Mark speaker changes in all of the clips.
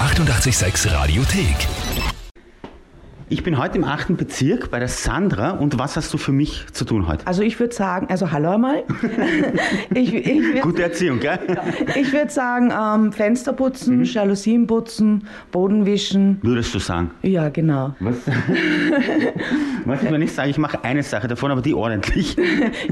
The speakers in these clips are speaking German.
Speaker 1: 886 Radiothek.
Speaker 2: Ich bin heute im 8. Bezirk bei der Sandra und was hast du für mich zu tun heute?
Speaker 3: Also ich würde sagen, also hallo einmal. ich ich würde
Speaker 2: Gute Erziehung, gell?
Speaker 3: ich würd sagen, ähm, Fenster putzen,
Speaker 2: Mhm.
Speaker 3: Jalousien putzen, Boden wischen.
Speaker 2: Würdest du sagen?
Speaker 3: Ja, genau.
Speaker 2: Was? Was ich, wenn ich sage, ich mache eine Sache davon, aber die ordentlich.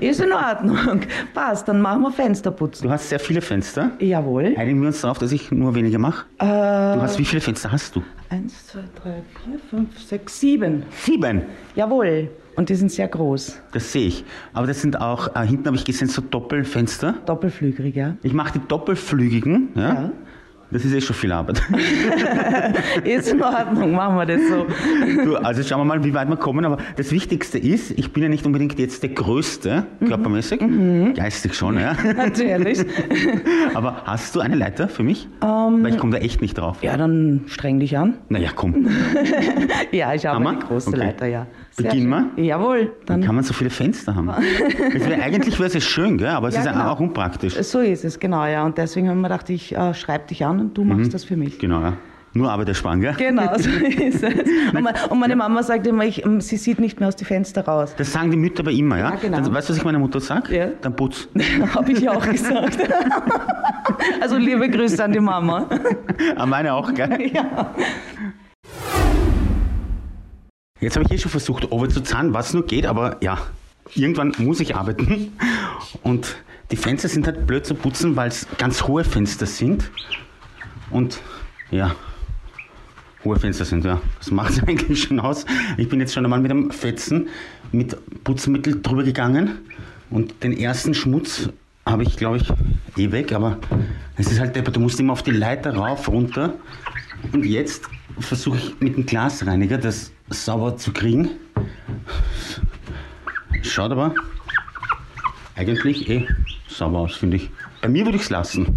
Speaker 3: Ist in Ordnung. Passt, dann machen wir Fenster putzen.
Speaker 2: Du hast sehr viele Fenster.
Speaker 3: Jawohl.
Speaker 2: Einigen wir uns darauf, dass ich nur wenige mache?
Speaker 3: Äh,
Speaker 2: Du hast, wie viele Fenster hast du?
Speaker 3: eins, zwei, drei, vier, fünf, sechs, sieben.
Speaker 2: Sieben.
Speaker 3: Jawohl. Und die sind sehr groß.
Speaker 2: Das sehe ich. Aber das sind auch, äh, hinten habe ich gesehen, so Doppelfenster.
Speaker 3: Doppelflügrig, ja.
Speaker 2: Ich mache die doppelflügigen. Ja?
Speaker 3: Ja.
Speaker 2: Das ist eh schon viel Arbeit.
Speaker 3: Ist in Ordnung, machen wir das so.
Speaker 2: Du, also schauen wir mal, wie weit wir kommen. Aber das Wichtigste ist, ich bin ja nicht unbedingt jetzt der Größte, körpermäßig.
Speaker 3: Mhm.
Speaker 2: Geistig schon, ja.
Speaker 3: Natürlich.
Speaker 2: Aber hast du eine Leiter für mich? Weil ich komme da echt nicht drauf.
Speaker 3: Ähm, Ja, dann streng dich an.
Speaker 2: Naja, komm.
Speaker 3: Ja, ich habe
Speaker 2: Hammer?
Speaker 3: eine große
Speaker 2: Okay.
Speaker 3: Leiter, ja. Sehr
Speaker 2: Beginnen
Speaker 3: schön. Jawohl,
Speaker 2: Wie
Speaker 3: dann
Speaker 2: kann man so viele Fenster haben? Das wär, eigentlich wäre es schön, gell? aber es
Speaker 3: Ja,
Speaker 2: ist ja
Speaker 3: genau.
Speaker 2: auch unpraktisch.
Speaker 3: so ist es, genau, ja. Und deswegen haben wir gedacht, ich äh, schreibe dich an und du machst das für mich.
Speaker 2: Genau, ja. Nur Arbeit ersparen, gell?
Speaker 3: Genau, so ist es. Und, mein, und meine Mama sagt immer, ich, ähm, sie sieht nicht mehr aus die Fenster raus.
Speaker 2: Das sagen die Mütter aber immer, ja?
Speaker 3: Ja, genau.
Speaker 2: Dann, weißt du, was ich meiner Mutter sage?
Speaker 3: Ja.
Speaker 2: Dann putz.
Speaker 3: Habe ich ja auch gesagt. also liebe Grüße an die Mama.
Speaker 2: Ah, meine auch, gell?
Speaker 3: Ja.
Speaker 2: Jetzt habe ich eh schon versucht, over zu zahlen, was nur geht, aber ja, irgendwann muss ich arbeiten. Und die Fenster sind halt blöd zu putzen, weil es ganz hohe Fenster sind. Und ja, hohe Fenster sind, ja. Das macht es eigentlich schon aus. Ich bin jetzt schon einmal mit einem Fetzen mit Putzmittel drüber gegangen. Und den ersten Schmutz habe ich, glaube ich, eh weg. Aber es ist halt, deppert, du musst immer auf die Leiter rauf, runter. Und jetzt versuche ich mit dem Glasreiniger das sauber zu kriegen. Schaut aber eigentlich eh sauber aus, finde ich. Bei mir würde ich es lassen.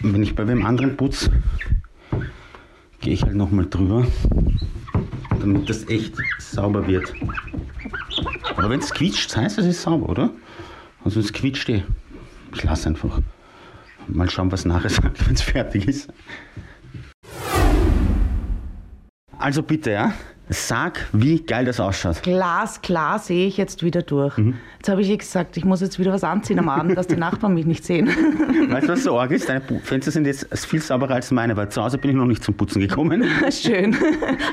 Speaker 2: Wenn ich bei wem anderen putz, gehe ich halt nochmal drüber, damit das echt sauber wird. Aber wenn es quietscht, heißt es, es ist sauber, oder? Also es quietscht eh. Ich lasse einfach. Mal schauen, was nachher sagt, wenn es fertig ist. Also bitte, ja, sag, wie geil das ausschaut.
Speaker 3: Glas, klar sehe ich jetzt wieder durch. Jetzt habe ich eh gesagt, ich muss jetzt wieder was anziehen am Abend, dass die Nachbarn mich nicht sehen.
Speaker 2: Weißt du, was so arg ist? Deine Pu- Fenster sind jetzt viel sauberer als meine, weil zu Hause bin ich noch nicht zum Putzen gekommen.
Speaker 3: Schön.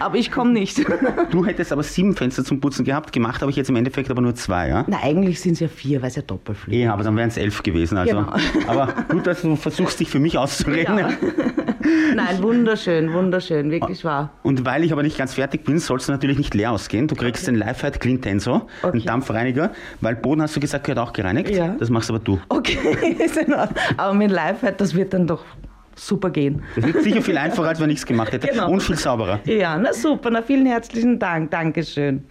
Speaker 3: Aber ich komme nicht.
Speaker 2: Du hättest aber sieben Fenster zum Putzen gehabt, gemacht habe ich jetzt im Endeffekt aber nur zwei, ja?
Speaker 3: Na, eigentlich sind es ja vier, weil es ja Doppelflügel
Speaker 2: Eh, aber dann wären es elf gewesen. Also.
Speaker 3: Genau.
Speaker 2: Aber gut, dass du versuchst, dich für mich auszureden.
Speaker 3: Ja. Nein, wunderschön, wunderschön, wirklich wahr.
Speaker 2: Und weil ich aber nicht ganz fertig bin, sollst du natürlich nicht leer ausgehen. Du kriegst den Lifehide Clean Tenso, einen
Speaker 3: Okay.
Speaker 2: Dampfreiniger, weil Boden, hast du gesagt, gehört auch gereinigt.
Speaker 3: Ja.
Speaker 2: Das machst aber du.
Speaker 3: Okay, ist in Ordnung. Aber mit Live, halt, das wird dann doch super gehen.
Speaker 2: Das wird sicher viel einfacher, als wenn ich es gemacht hätte.
Speaker 3: Genau.
Speaker 2: Und viel sauberer.
Speaker 3: Ja, na super, na vielen herzlichen Dank, Dankeschön.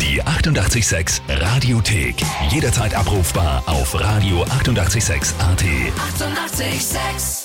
Speaker 1: Die 886 Radiothek. Jederzeit abrufbar auf radio886.at. 886! 886.
Speaker 4: 886